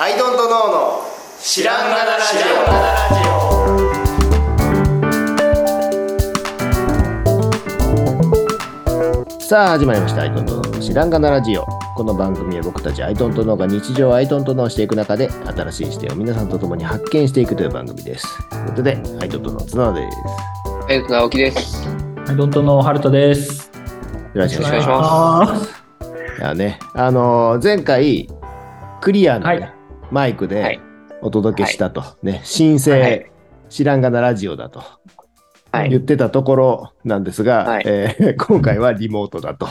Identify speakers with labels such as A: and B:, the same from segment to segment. A: アイドントノーの知らんがなラジ
B: さあ始まりました「アイドントノーの知らんがなラジオ」この番組は僕たちアイドントノーが日常をアイドントノーしていく中で新しい視点を皆さんと共に発見していくという番組ですということでアイドントノー綱田ですよ
C: えっと、直樹です。
D: はい、ドントのハルトです。
B: ろしくお
C: お願
B: 願い
C: い
B: し
C: し
B: ま
C: ます。
B: すいやねあのー前回クリアのね、
D: はい
B: マイク
C: は
B: で
C: い
B: お届けしたと、ね新生、
C: はい
B: 知らんがなラジオだと
C: はい
B: 言ってたところなんですが、
C: はい
B: えー今回はリモートだと、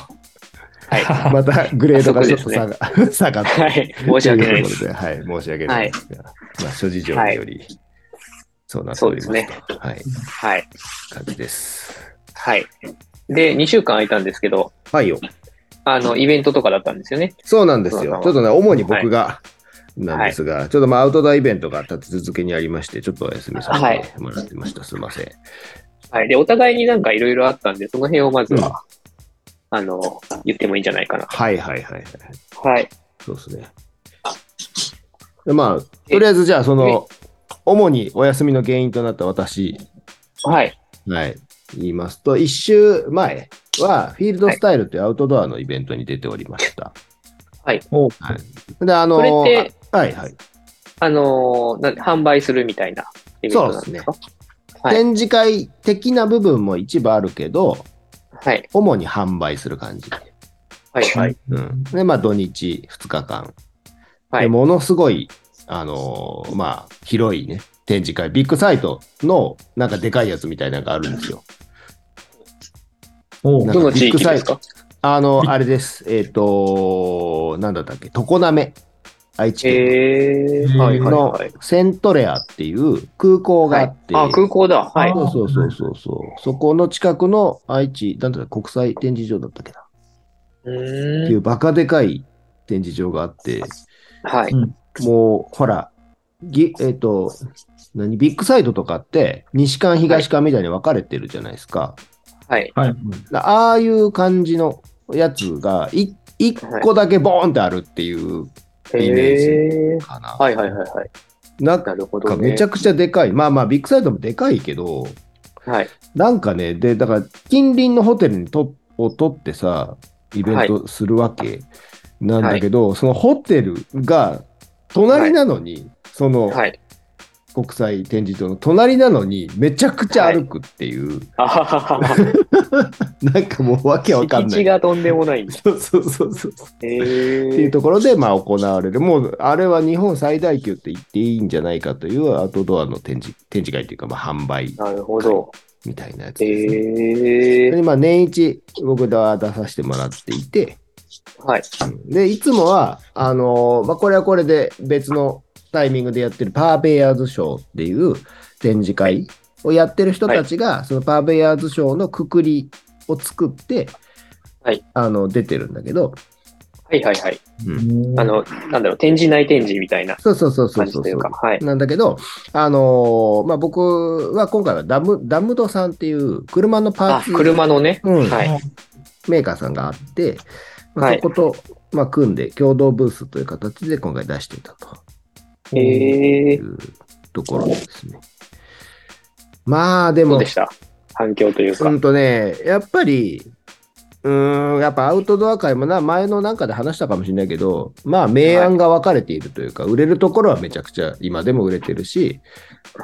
C: はい。
B: またグレードがちょっと下が,、下がって
C: はい。 申し訳ないで
B: と
C: す。
B: いうことで、はい、申し訳ないですが、まあ、諸事情により、そうなっておりますと、
C: そうです
B: はい、
C: はい。
B: 感じです。
C: はい。で、2週間空いたんですけど、
B: はいよ。
C: あの、イベントとかだったんですよね。
B: そうなんです
C: そうな
B: よ。
C: の
B: ちょっとね、主に僕が、なんですが、ちょっとまあアウトドアイベントが立て続けにありまして、ちょっとお休みさせてもらってました。すいません。
C: はい。で、お互いになんかいろいろあったんで、その辺をまずは、あの、言ってもいいんじゃないかな。
B: はいはいはいはい。
C: はい。
B: そうですね。でまあ、とりあえずじゃあ、その、主にお休みの原因となった私、
C: はい。
B: はい、言いますと、一週前は、フィールドスタイルというアウトドアのイベントに出ておりました。
D: お
B: で、あの
C: それって
B: あはいはい、
C: あのーな販売するみたいなイベントなんですかはい
B: 展示会的な部分も一部あるけど、
C: はい。
B: 主に販売する感じ。
C: はい。はい。
B: うん、で、まあ、土日2日間。
C: は
B: で
C: い。
B: ものすごい、あのーまあ、広いね、展示会、ビッグサイトの、なんかでかいやつみたいなのがあるんですよ。
D: おう
B: な
C: どの地域ですか
B: あの、あれです。えっ、となんだったっけ、常滑、愛知県
C: えー。はい。はい。
B: の
C: はい。
B: セントレアっていう空港があって、
C: あ、空港だ。はい。
B: そうそうそうそうそう。そこの近くの愛知、なんだった国際展示場だったっけな。
C: う
B: って
C: ーん。
B: いうバカでかい展示場があって、
C: はい。
B: もう、ほら、ぎえっ、と、何、ビッグサイトとかって、西館、東館みたいに分かれてるじゃないですか。
C: はい。
D: はい。
B: だああいう感じのやつが、い一個だけボーンってあるっていう
C: え
B: イメージ
C: ー。
B: かな。
C: はいはいはいはい。
B: なん
C: なるほど、
B: か
C: ね。
B: めちゃくちゃでかい。まあまあ、ビッグサイトもでかいけど、
C: はい。
B: なんかね、で、だから、近隣のホテルにとを取ってさ、イベントするわけなんだけど、そのホテルが隣なのに、その
C: はい。
B: 国際展示場の隣なのに、めちゃくちゃ歩くっていう、
C: あははは。
B: なんかもうわけわかん な
C: 敷地
B: い。
C: がとんでもないんだ。
B: そうそうそうそう。 っ
C: へ
B: ていう
C: ー。
B: ところで、まあ行われる。もう、あれは日本最大級って言っていいんじゃないかというアウトドアの展示、展示会というか、まあ販売
C: なるほど。
B: みたいなやつ
C: へ
B: ですね。
C: ー。
B: でまあ年一、僕は出させてもらっていて、
C: はい。
B: で、いつもは、あのーまあ、これはこれで別のタイミングでやってるパーベイヤーズショーっていう展示会をやってる人たちが、そのパーベイヤーズショーのくくりを作って、
C: はい
B: あの、出てるんだけど、
C: はいはいはい。
B: うん
C: あの、なんだろう、展示内展示みたいな
B: そうそうそうそ
C: 感
B: う
C: じ
B: そう
C: というか。はい。
B: なんだけど、あのーまあ、僕は今回はダム、ダムドさんっていう車のパー
C: あ、
B: ツ、
C: 車のね。
B: うん
C: はい。
B: メーカーさんがあって、まあ、
C: はい
B: そこと、まあ、組んで共同ブースという形で今回出してたと。
C: へ
B: と
C: ー。
B: いうところですね。まあで
C: ど
B: も、
C: うでした反響というか。
B: うんとね、やっぱり、うーん、やっぱアウトドア界もな、前のなんかで話したかもしれないけど、まあ明暗が分かれているというか、売れるところはめちゃくちゃ今でも売れてるし、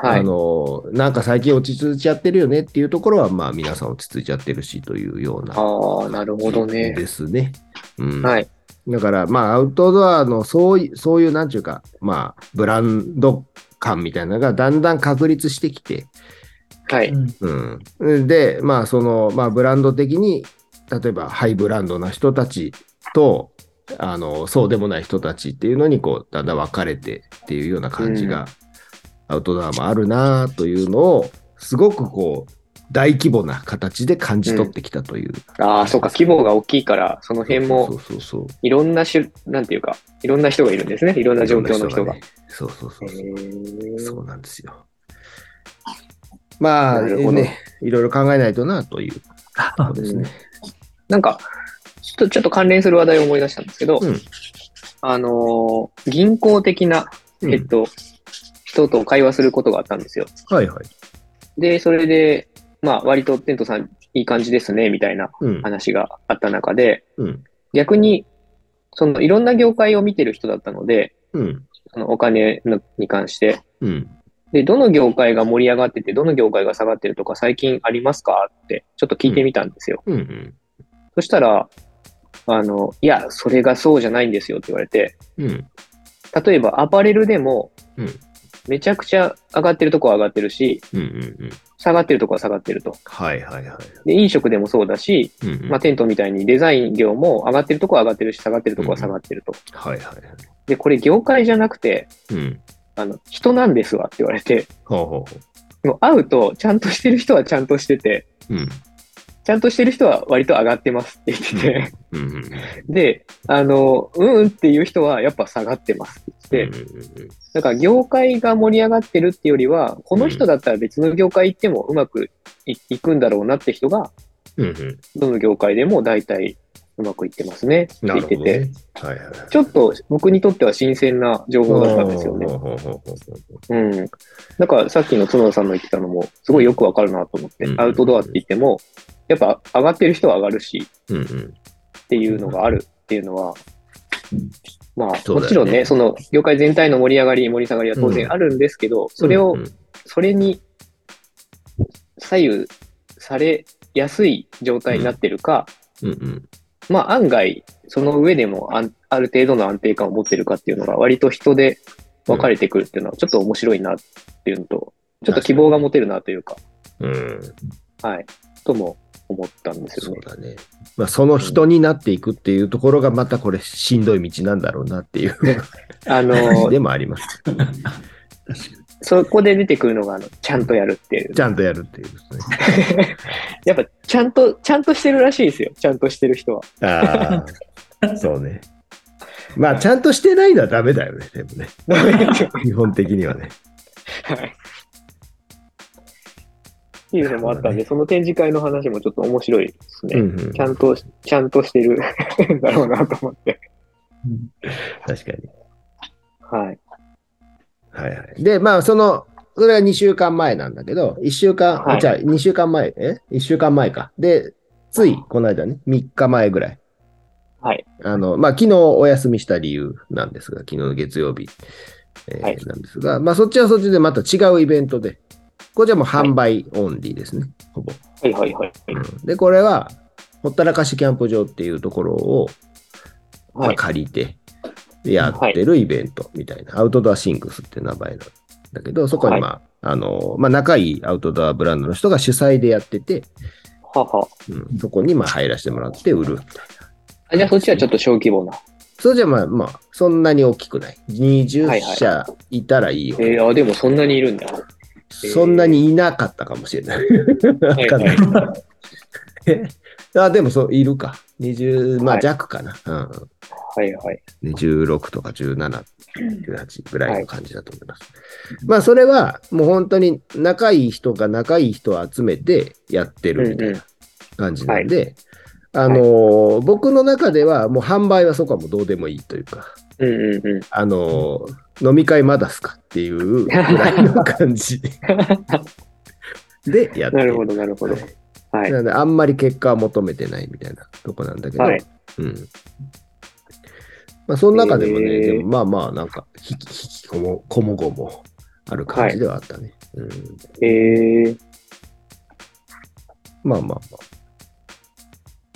C: は
B: あ
C: い。
B: の、なんか最近落ち着いちゃってるよねっていうところは、まあ皆さん落ち着いちゃってるしというような。
C: ああ、なるほどね。
B: ですね。うん、
C: はい。
B: だから、まあ、アウトドアのそうい、そういう、なんちゅうか、まあ、ブランド感みたいなのがだんだん確立してきて、
C: はい。
B: うん。で、まあ、その、まあ、ブランド的に、例えば、ハイブランドな人たちと、あの、そうでもない人たちっていうのに、こう、だんだん分かれてっていうような感じ
C: う
B: が、アウトドアもあるなというのを、すごくこう、大規模な形で感じ取ってきたという。
C: ああ、そうか。規模が大きいから、その辺
B: そう
C: も、
B: そうそうそう。
C: いろんな種、なんていうか、いろんな人がいるんですね。いろんな状況の人が
B: ね。。そうそうそうそう。
C: へー
B: そうなんですよ。まあ、
C: なるほど
B: ね、いろいろ考えないとなというとこですね。
C: なんか、ちょっとちょっと関連する話題を思い出したんですけど、
B: うん
C: あのー銀行的な、
B: うん
C: えっと、人と会話することがあったんですよ。
B: はいはい。
C: で、それで、まあ、割とテントさん、いい感じですね、みたいな
B: うん。
C: 話があった中で、
B: うん。
C: 逆に、その、いろんな業界を見てる人だったので、
B: うん。
C: そのお金のに関して、
B: うん。
C: で、どの業界が盛り上がってて、どの業界が下がってるとか、最近ありますかって、ちょっと聞いてみたんですよ。
B: うん。うん。
C: そしたら、あの、いや、それがそうじゃないんですよって言われて、
B: うん。
C: 例えばアパレルでも
B: うん、
C: めちゃくちゃ上がってるとこは上がってるし、
B: うん。うん。
C: 下がってるとこは下がってると。
B: はいはいはい。
C: で、飲食でもそうだし、
B: うん。
C: まあ、テントみたいにデザイン業も上がってるとこは上がってるし、下がってるとこは下がってると。
B: はいはいはい。
C: で、これ業界じゃなくて、
B: うん。
C: あの、人なんですわって言われて、
B: ほうほうほ
C: もう会うと、ちゃんとしてる人はちゃんとしてて、
B: う。うん。
C: ちゃんとしてる人は割と上がってますって言って
B: うん。うん。
C: て、で、あの、うんうんっていう人はやっぱ下がってますって言って、
B: うん
C: だから業界が盛り上がってるってよりは、この人だったら別の業界行ってもうまくいいくんだろうなって人が、
B: うんうん。
C: どの業界でも大体うまくいってますねって
B: な
C: 言っ
B: るほ
C: て
B: ど、
C: て、
B: ね。はいはいはい。
C: ちょっと僕にとっては新鮮な情報だったんですよね。
B: ほうほうほうほうほう
C: うん。だからさっきの角田さんの言ってたのも、すごいよくわかるなと思って
B: う、ん
C: アウトドアって言っても、やっぱ上がってる人は上がるし
B: うんうん。
C: っていうのがあるっていうのは、まあ、
B: そう
C: も
B: だよね
C: ちろんね、その業界全体の盛り上がり、盛り下がりは当然あるんですけど、それを
B: うんうん
C: それに左右されやすい状態になってるか、
B: うん
C: まあ案外、その上でもあんある程度の安定感を持ってるかっていうのが割と人で分かれてくるっていうのはちょっと面白いなっていうのと、ちょっと希望が持てるなというか、
B: うん。うん。
C: はい、とも思ったんです
B: そ
C: よ
B: う
C: ね。
B: だね。まあ、その人になっていくっていうところが、またこれ、しんどい道なんだろうなっていう
C: あ
B: 感じ
C: の、
B: でもあります。
C: そこで出てくるのが、あの、ちゃんとやるっていう
B: ち。ゃんとやるっていうことね。
C: やっぱ、ちゃんと、ちゃんとしてるらしいですよ。ちゃんとしてる人は。
B: ああ、 そうね。まあ、ちゃんとしてないのはダメだよね、でもね。
C: ダメですよ
B: 基本的にはね。
C: はい。っていうのもあったんで、その展示会の話もちょっと面白いですね。
B: うんうん、
C: ちゃんと、ちゃんとして るんだろうなと思って。
B: 確かに。
C: はい。
B: はいはい。で、まあ、その、それは2週間前なんだけど、1週間、
C: はい
B: じゃあ2週間前、え ?1 週間前か。で、つい、この間ね、3日前ぐらい。
C: はい。
B: あの、まあ、昨日お休みした理由なんですが、昨日の月曜日、えー
C: はい
B: なんですが、まあ、そっちはそっちでまた違うイベントで、これじゃもう販売オンリーですね、ほぼ。
C: はいはいはい。
B: うんで、これは、ほったらかしキャンプ場っていうところを、まあ
C: はい。
B: 借りて、やってるイベントみたいな、アウトドアシングスって名前なんだけど、そこにまあ、あの、まあ、仲いいアウトドアブランドの人が主催でやってて、
C: はは。
B: うん、そこにまあ入らせてもらって売るみたいな。
C: あじゃあそっちはちょっと小規模な。
B: それじゃまあまあ、そんなに大きくない。20社いたらいいよ。
C: えー、あ、でもそんなにいるんだ。は
B: そんなにいなかったかもしれない。
C: い
B: かん
C: は
B: ない
C: い。
B: あ、でもそう、いるか。20、
C: は
B: まあ
C: い
B: 弱かな。うんうん。
C: はいはい。
B: ね16とか17、18ぐらいの感じだと思います。まあ、それはもう本当に仲いい人が仲いい人を集めてやってるみたいな感じなんで、あのー僕の中ではもう販売はそこはもうどうでもいいというか、
C: うんうんうん。
B: あのー飲み会まだっすかっていうぐらいの 感じでやって
C: なるほどなるほど。はい。
B: なので、あんまり結果は求めてないみたいなとこなんだけど、
C: はい
B: うん。まあ、その中でもね、
C: へー
B: でもまあまあ、なんか、ひき、ひきこも、こもごもある感じではあったね。うん。
C: えー、
B: まあまあまあ。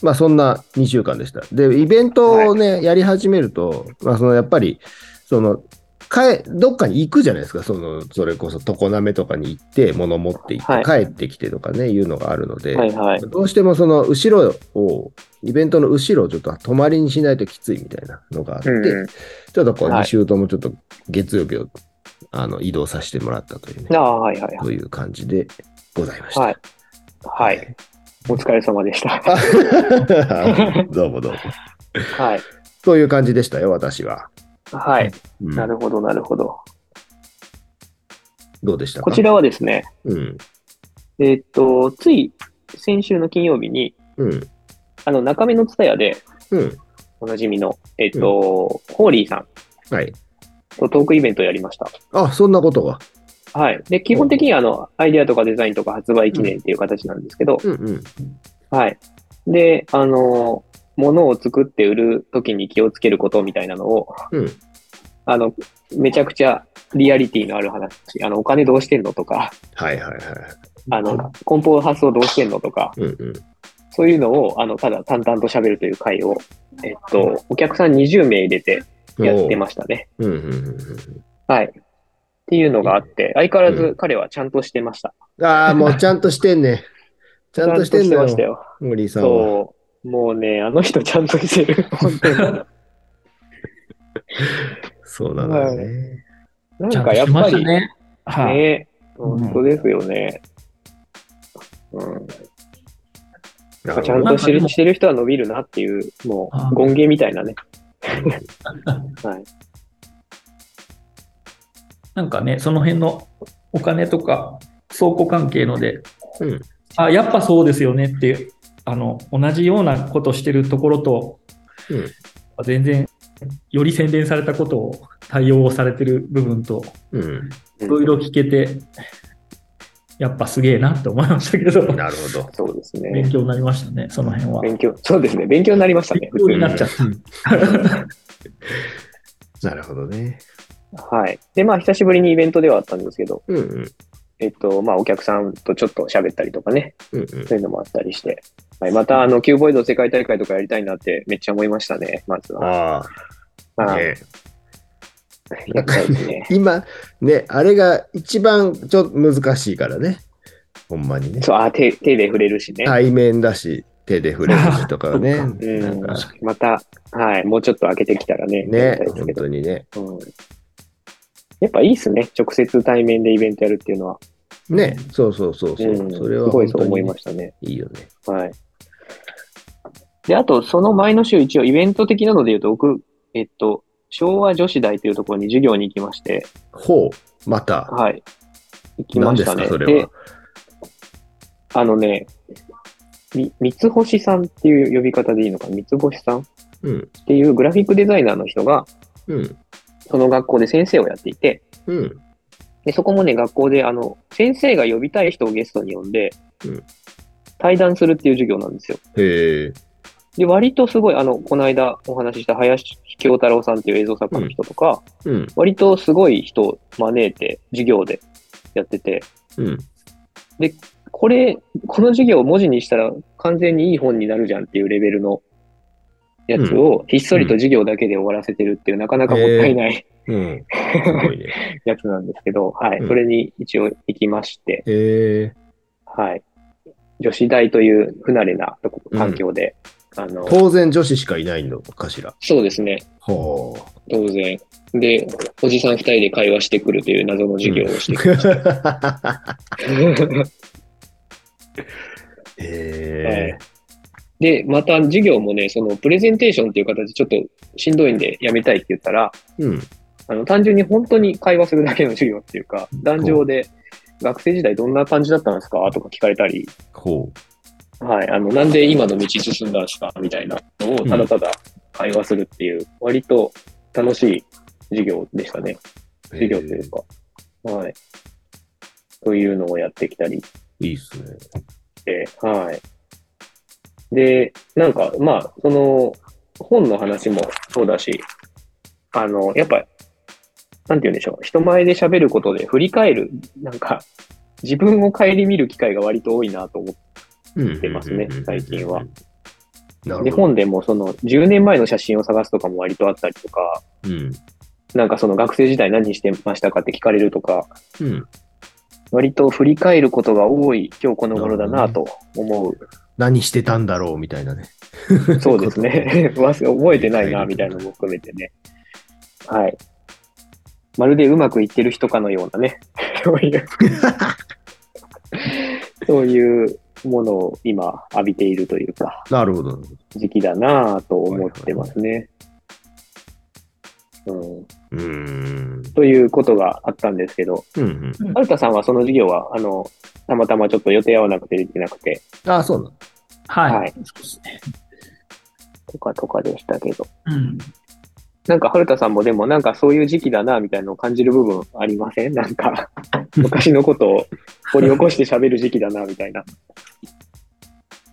B: まあ、そんな2週間でした。で、イベントをね、やり始めると、まあ、その、やっぱり、その、かえどっかに行くじゃないですか、そのそれこそ常滑とかに行って、物持って行って、帰ってきてとかね、いうのがあるので、
C: はいはい。
B: どうしてもその後ろを、イベントの後ろをちょっと泊まりにしないときついみたいなのがあって、
C: うんうん。
B: ちょっとこう
C: はい
B: 2週ともちょっと月曜日を、あの移動させてもらったという、
C: あ
B: ね、
C: あ、はいはいはい。
B: という感じでございました。
C: はい。はい。お疲れ様でした。
B: あ どうもどうも。
C: はい。
B: という感じでしたよ、私は。
C: はい。
B: うん
C: なるほどなるほど。
B: どうでしたか
C: こちらはですね、
B: うん。
C: えーっと、つい先週の金曜日に、
B: うん。
C: あの、中目の蔦屋で、
B: うん。
C: おなじみの、えっと、ホーリーさん
B: はい。
C: とトークイベントをやりました。
B: あ、そんなことが。
C: はい。で、基本的にあの、アイデアとかデザインとか発売記念っていう形なんですけど、
B: うんうん。
C: はい。で、あの、物を作って売るときに気をつけることみたいなのを、
B: うん
C: あの、めちゃくちゃリアリティのある話、あの、お金どうしてんのとか、
B: はいはいはい。
C: あの、梱包発送どうしてんのとか、
B: うんうん。
C: そういうのを、あの、ただ淡々と喋るという回を、えっと、お客さん20名入れてやってましたね。
B: うんうんうん
C: はい。っていうのがあって、相変わらず彼はちゃんとしてました。
B: うん。ああ、もうちゃんとしてん ね。ちゃんとしてんの
C: ました
B: よ、
C: よ。
B: モリーさんは。
C: そう。もうね、あの人ちゃんとして る。本当に。
B: そうなのよね。
C: なんかやっぱり、ね、
D: ね。はい。うん
C: 本当ですよね。うん。
B: な
C: ちゃん
B: るほ
C: として
D: なんかでも
C: るしてる人は伸びるなっていう、も
D: あ
C: う、権限みたいなね。はい。
D: なんかね、その辺のお金とか倉庫関係ので、
B: うん
D: あやっぱそうですよねっていうあの、同じようなことしてるところと、
B: うん
D: 全然より洗練されたことを対応されてる部分と、
B: ど。うん。
C: うん
D: いろいろ聞けて、やっぱすげえなって思いましたけど、
B: なるほど。
C: そうですね
D: 勉。強になりましたね、その辺は。
C: 勉強、そうですね。勉強になりましたね
D: 勉。強になっちゃった。
B: なるほどね。
C: はい。で、まあ、久しぶりにイベントではあったんですけど、
B: うんうん。
C: えっと、まあ、お客さんとちょっと喋ったりとかね、
B: うんうん。
C: そういうのもあったりして、はい、また、あの、キューボイド世界大会とかやりたいなってめっちゃ思いましたね、まずは。
B: ああ、
C: はい
B: ね。
C: やりたいですね
B: 今、ね、あれが一番ちょっと難しいからね。ほんまにね。
C: そう、あ、手、手で触れるしね。
B: 対面だし、手で触れるし とかね
D: そ。
C: うん
B: なんか、
C: また、はい、もうちょっと開けてきたらね、やり
B: ね
C: たい、です
B: 本
C: けど
B: 当にね。
C: うんやっぱいいっすね、直接対面でイベントやるっていうのは。
B: ね、そうそうそうそ
C: う
B: う。
C: ん
B: それは
C: すごい
B: 本
C: そう
B: 当
C: 思い
B: に、
C: ましたね。
B: いいよね。
C: はい。で、あと、その前の週、一応イベント的なので言うと、僕、えっと、昭和女子大というところに授業に行きまして、
B: ほう、また。
C: はい。行きま
B: 何
C: し
B: で
C: た
B: す
C: ね。
B: か、それ
C: で
B: は。
C: あのね、み、三つ星さんっていう呼び方でいいのかな三つ星さんっ
B: うん、
C: ていうグラフィックデザイナーの人が、
B: うん、
C: その学校で先生をやっていて、
B: うん、
C: で、そこもね、学校で、あの、先生が呼びたい人をゲストに呼んで、
B: うん
C: 対談するっていう授業なんですよ。
B: へえ、
C: で、割とすごい、あの、この間お話しした林京太郎さんっていう映像作家の人とか、
B: うん、
C: 割とすごい人を招いて、授業でやってて、
B: うん、
C: これ、この授業を文字にしたら完全にいい本になるじゃんっていうレベルのやつを、ひっそりと授業だけで終わらせてるっていう、なかなかもったいない
B: うん。すごいね。
C: やつなんですけど、はい、
B: うん
C: それに一応行きまして、
B: へえ、
C: はい。女子大という不慣れなとこ環境で、あの、
B: 当然女子しかいないのかしら。
C: そうですね、
B: ほう。
C: 当然。で、おじさん二人で会話してくるという謎の授業をしてきまし
B: へえ、
C: で、また授業もね、そのプレゼンテーションという形、ちょっとしんどいんでやめたいって言ったら、
B: うん、
C: あの、単純に本当に会話するだけの授業っていうか、壇上で、学生時代どんな感じだったんですかとか聞かれたり、
B: ほ
C: はい、あの、なんで今の道進んだんですかみたいなのを、ただただ会話するっていう、割と楽しい授業でしたね。
B: う。
C: 授業というか、はい。というのをやってきたり
B: いいっすね。
C: して、はい。で、なんか、まあ、その、本の話もそうだし、あの、やっぱ、なんて言うんでしょう、人前で喋ることで振り返る、なんか、自分を顧みる機会が割と多いなと思っ
B: うん
C: てますね最近は。
B: な
C: て、
B: るほど。
C: 本でもその、10年前の写真を探すとかも割とあったりとか、
B: うん。
C: なんかその学生時代何してましたかって聞かれるとか、
B: うん。
C: 割と振り返ることが多い今日この頃だなと思う。
B: 何してたんだろうみたいなね。
C: そうです ね。忘れ覚えてないな、みたいなのも含めてね。はい。まるでうまくいってる人かのようなね。 そう いう。そういうものを今浴びているというか、
B: なるほど。
C: 時期だなと思ってますね。うん、
B: うーん。
C: ということがあったんですけど、
B: うんうん。
C: はるたさんはその授業は、あの、たまたまちょっと予定合わなくてできなくて、
B: ああ、そうなの。
D: はい。
C: はい
D: そうですね
C: とかとかでしたけど。
D: うん。
C: なんか、春田さんもでも、なんかそういう時期だな、みたいなのを感じる部分ありませんなん か、昔のことを掘り起こして喋る時期だな、みたいな。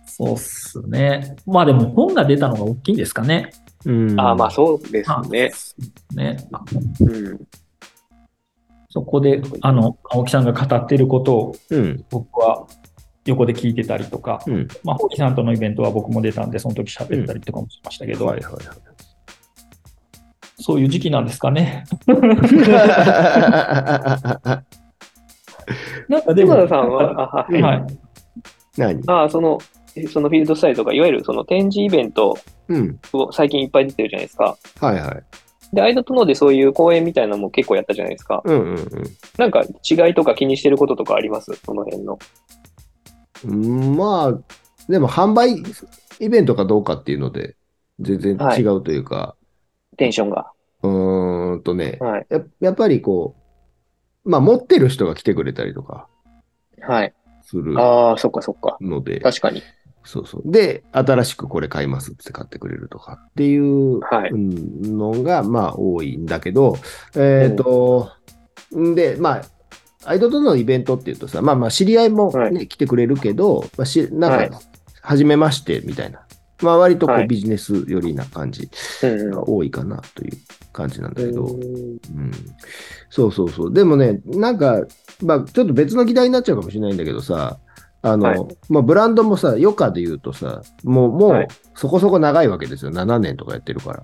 D: そうっすね。まあでも本が出たのが大きいんですかね。
B: うん
C: ああ、まあそうですね。
D: ね。
C: うん。
D: そこで、あの、青木さんが語っていることを
B: うん。
D: 僕は横で聞いてたりとか、
B: うん。
D: まあ、ホーキさんとのイベントは僕も出たんで、その時喋ったりとかもしましたけど、
B: はいはいはい。
D: そういう時期なんですか ね。なんかで
C: で
D: も、
C: もさんは、あ
B: うん
D: はい。
B: 何
C: ああ、その、そのフィールドスタイルとか、いわゆるその展示イベント
B: うん。
C: を最近いっぱい出てるじゃないですか。
B: はいはい。
C: で、アイドとのでそういう公演みたいなのも結構やったじゃないですか。
B: うんうん
C: なんか違いとか気にしてることとかありますこの辺の。
B: うん。まあ、でも販売イベントかどうかっていうので、全然違うというか、
C: テンションが。
B: うーんとね、
C: はい。
B: ややっぱりこう、まあ持ってる人が来てくれたりとか
C: はい。
B: する
C: ああ、そっかそっか。
B: ので、
C: 確かに。
B: そうそう。で、新しくこれ買いますって買ってくれるとかって いう
C: はい
B: うんのが、まあ多いんだけど、えっ、と、んで、まあ、アイドルとのイベントっていうとさ、まあまあ知り合いも、ね
C: は
B: 来てくれるけど、まあ、し
C: は
B: なん
C: い
B: か、初めましてみたいな。まあ割とこ
C: は
B: う
C: い
B: ビジネス寄りな感じ
C: うん
B: が多いかなという感じなんだけど、
C: うん。
B: うん、そうそうそう。でもね、なんか、まあ、ちょっと別の議題になっちゃうかもしれないんだけどさ、あの、
C: はい
B: まあ、ブランドもさ、余価で言うとさ、もう、も
C: は
B: う
C: い、
B: そこそこ長いわけですよ。7年とかやってるから。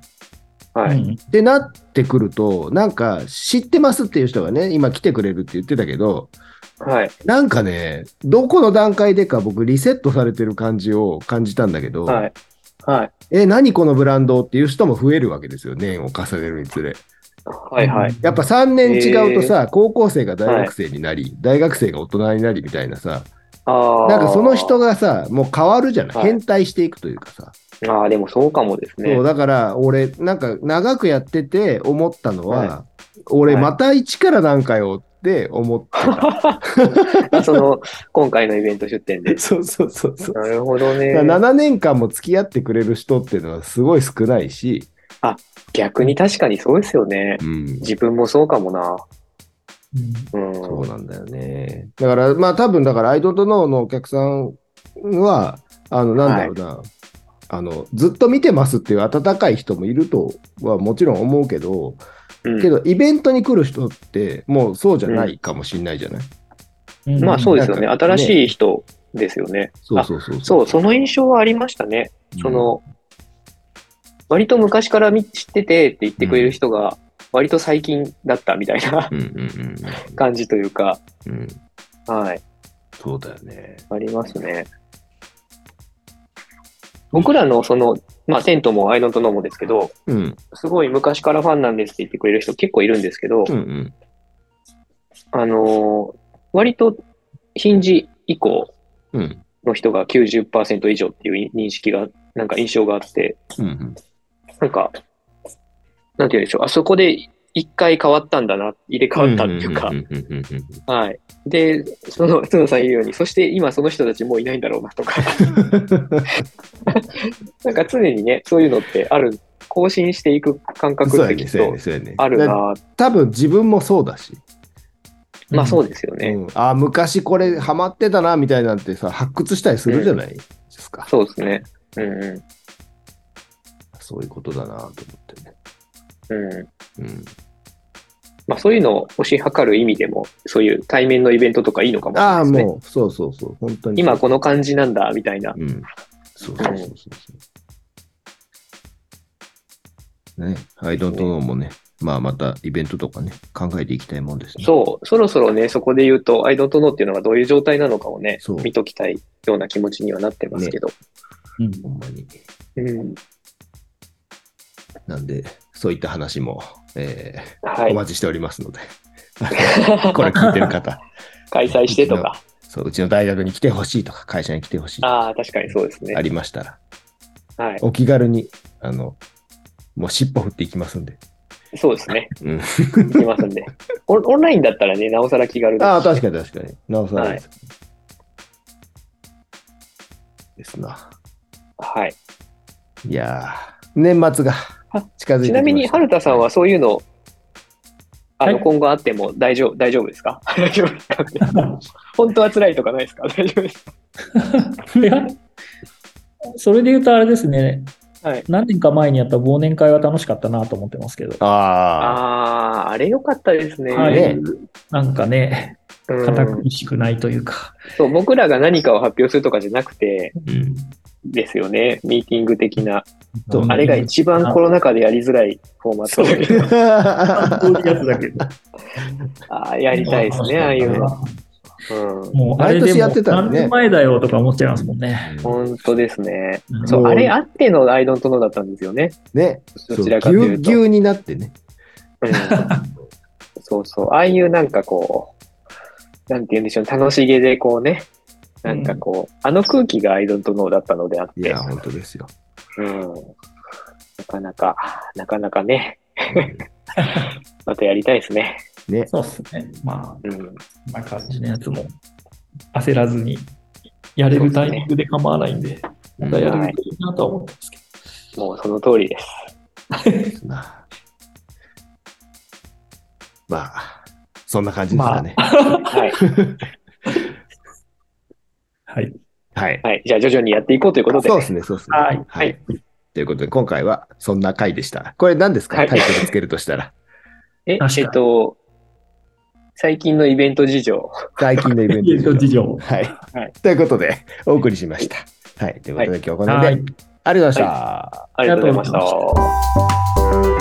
C: は
D: う
C: い。
D: ん
B: ってなってくると、なんか、知ってますっていう人がね、今来てくれるって言ってたけど、
C: はい。
B: なんかね、どこの段階でか僕、リセットされてる感じを感じたんだけど、
C: はい。はい。
B: え、何このブランドっていう人も増えるわけですよ。年を重ねるにつれ。
C: はい。はい。
B: やっぱ3年違うとさ、高校生が大学生になり、大学生が大人になりみたいなさ、
C: ああ。
B: なんかその人がさ、もう変わるじゃない、
C: はい
B: 変態していくというかさ。
C: ああ、でもそうかもですね
B: そう。だから俺、なんか長くやってて思ったのは、
C: は
B: 俺
C: はい
B: また一から何回をって思ってた。
C: その、今回のイベント出店で。
B: そうそうそうそう。
C: なるほど
B: だ
C: ね
B: か。ら7年間も付き合ってくれる人っていうのはすごい少ないし、
C: 逆に確かにそうですよね。
B: うん、
C: 自分もそうかもな。
D: うん
C: うん。
B: そうなんだよね。だからまあ多分だから、アイドントノーのお客さんは、あの、なんだろうな、あの、ずっと見てますっていう温かい人もいるとはもちろん思うけど、
C: うん
B: けどイベントに来る人ってもうそうじゃないかもしれないじゃない、
D: うん
C: まあそうですよね。
B: なんかね
C: 新しい人ですよね。
B: そうそうそう
C: そう、その印象はありましたね。その、割と昔から見知っててって言ってくれる人が、割と最近だったみたいな
B: うん、うんうん
C: 感じというか、
B: うんうん。
C: はい、
B: そうだよね。
C: ありますね。僕らのその、まあ、銭湯もアイドントノーもですけど、
B: うん。
C: すごい昔からファンなんですって言ってくれる人結構いるんですけど、
B: うんうん。
C: あのー割とヒンジ以降
B: うん。
C: の人が90%以上っていう認識が、なんか印象があって、
B: うんうん。
C: なんか、なんて言うんでしょう、あそこで一回変わったんだな、入れ替わったっていうか
B: ん、んうんうんうん
C: はい。で、その、角さん言うように、そして今その人たちもういないんだろうな とか、なんか常にね、そういうのってある、更新していく感
B: うん。
C: 覚
B: そう
C: って
B: や
C: き
B: ね、
C: っ
B: そうや
C: と
B: ね、そうやね。
C: ある
B: だ
C: な、
B: 多分自分もそうだし。
C: まあそうですよね。
B: うん、あー昔これハマってたなみたいなんてさ発掘したりするじゃないですか、
C: そうですね。うんう
B: そういうことだなと思ってね、
C: ん。うん。
B: うん、
C: まあそういうのを推し量る意味でも、そういう対面のイベントとかいいのかもしれ
B: あ
C: な
B: あ
C: いですね。
B: もうそうそうそう本当に
C: 今この感じなんだ、みたいな。
B: うんそうそうそうそうそうねアイドントノーもねまあまたイベントとかね考えていきたいもんですね
C: そう、そろそろね、そこで言うと、アイドントノーっていうのがどういう状態なのかをね
B: そう、
C: 見ときたいような気持ちにはなってますけど。
D: うん
B: ほんまに
C: うん。
B: なんでそういった話も、えー
C: は
B: お
C: い。
B: 待ちしておりますのでこれ聞いて る方
C: 開催してとか。
B: そううちの大学に来てほしいとか会社に来てほしいとか
C: ああ、確かにそうですね
B: あ。りましたら
C: はい。
B: お気軽に、あの、もう尻尾振っていきますんで。
C: そうですね。
B: うん、
C: 行きますんで。オンオンラインだったらね、なおさら気軽です。
B: ああ、確かに確かに。なおさら
C: はい
B: です。ですな。
C: はい。
B: いやー年末が
C: あ
B: 近づいてきました
C: ちなみに、春田さんはそういうの、あの、
D: はい
C: 今後あっても大丈夫、大丈夫ですか 大丈夫ですかって 本当は辛いとかないですか大丈夫です。
D: いや、それで言うとあれですね、
C: はい
D: 何年か前にやった忘年会は楽しかったなと思ってますけど、
B: あ
C: ああー、あれ良かったですね。
B: あ、
D: はい
B: ね、
D: なんかね、
C: うん
D: 堅苦しくないというか、
C: そう、僕らが何かを発表するとかじゃなくて
D: うん
C: ですよね。ミーティング的な。
B: そう
C: あれが一番コロナ禍でやりづらいフォーマットで
D: そうこういうやつだけど。
C: ああ、やりたいですね、ああいうの。うん。
D: もうあれ
B: 毎
D: で
B: 年や
D: も
B: ってたらね
D: 何年前だよとか思っちゃいますもんね。
C: 本当ですね。
D: うん
C: そう、
B: もう
C: あれあってのアイドントノだったんですよね。
B: ね、
C: ど
B: そう
C: ちらかと
B: ぎゅ
C: いううと
B: ぎ。ゅうになってね。
C: うんそうそう。ああいうなんかこう、なんて言うんでしょう、楽しげでこうね、なんかこう、あの空気がアイドントノだったのであっ
B: い
C: て
B: や、、本当ですよ。
C: うん。なかなか、なかなか ね、またやりたいですね。
B: ね、
D: そうですね。まあ、
C: うん。
D: こんな感じのやつも焦らずにやれるタイミングで構わないんで、またやれるといいなとは思ってますけど。
C: もうその通りです。
B: まあ、そんな感じですかね。
C: はい。
D: はい。
B: はい。
C: はい。じゃあ徐々にやっていこうということで。
B: そうですね、そうですね。
D: はい
B: はい。ということで、今回はそんな回でした。これ何ですか、
C: はい
B: タイトルつけるとしたら。
C: え、
D: 確かに
C: えっと、最近のイベント事情。
B: 最近のイベン
D: イベン
B: ト
D: ト
B: 事
D: 事
B: 情。
D: 情。
B: はい、
C: はい
B: ということで、お送りしました。はい。ということで、今日はこの辺で、
D: はい
B: ありがとうございました。
C: ありがとうございまし。
D: ありがとうございまし
B: 「
D: た